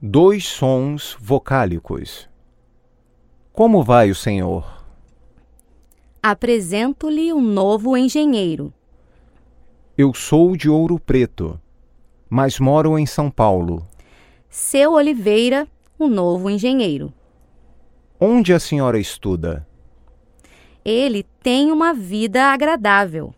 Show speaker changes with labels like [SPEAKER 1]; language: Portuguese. [SPEAKER 1] Dois sons vocálicos. Como vai o senhor?
[SPEAKER 2] Apresento-lhe um novo engenheiro.
[SPEAKER 1] Eu sou de Ouro Preto, mas moro em São Paulo.
[SPEAKER 2] Seu Oliveira, um novo engenheiro.
[SPEAKER 1] Onde a senhora estuda?
[SPEAKER 2] Ele tem uma vida agradável.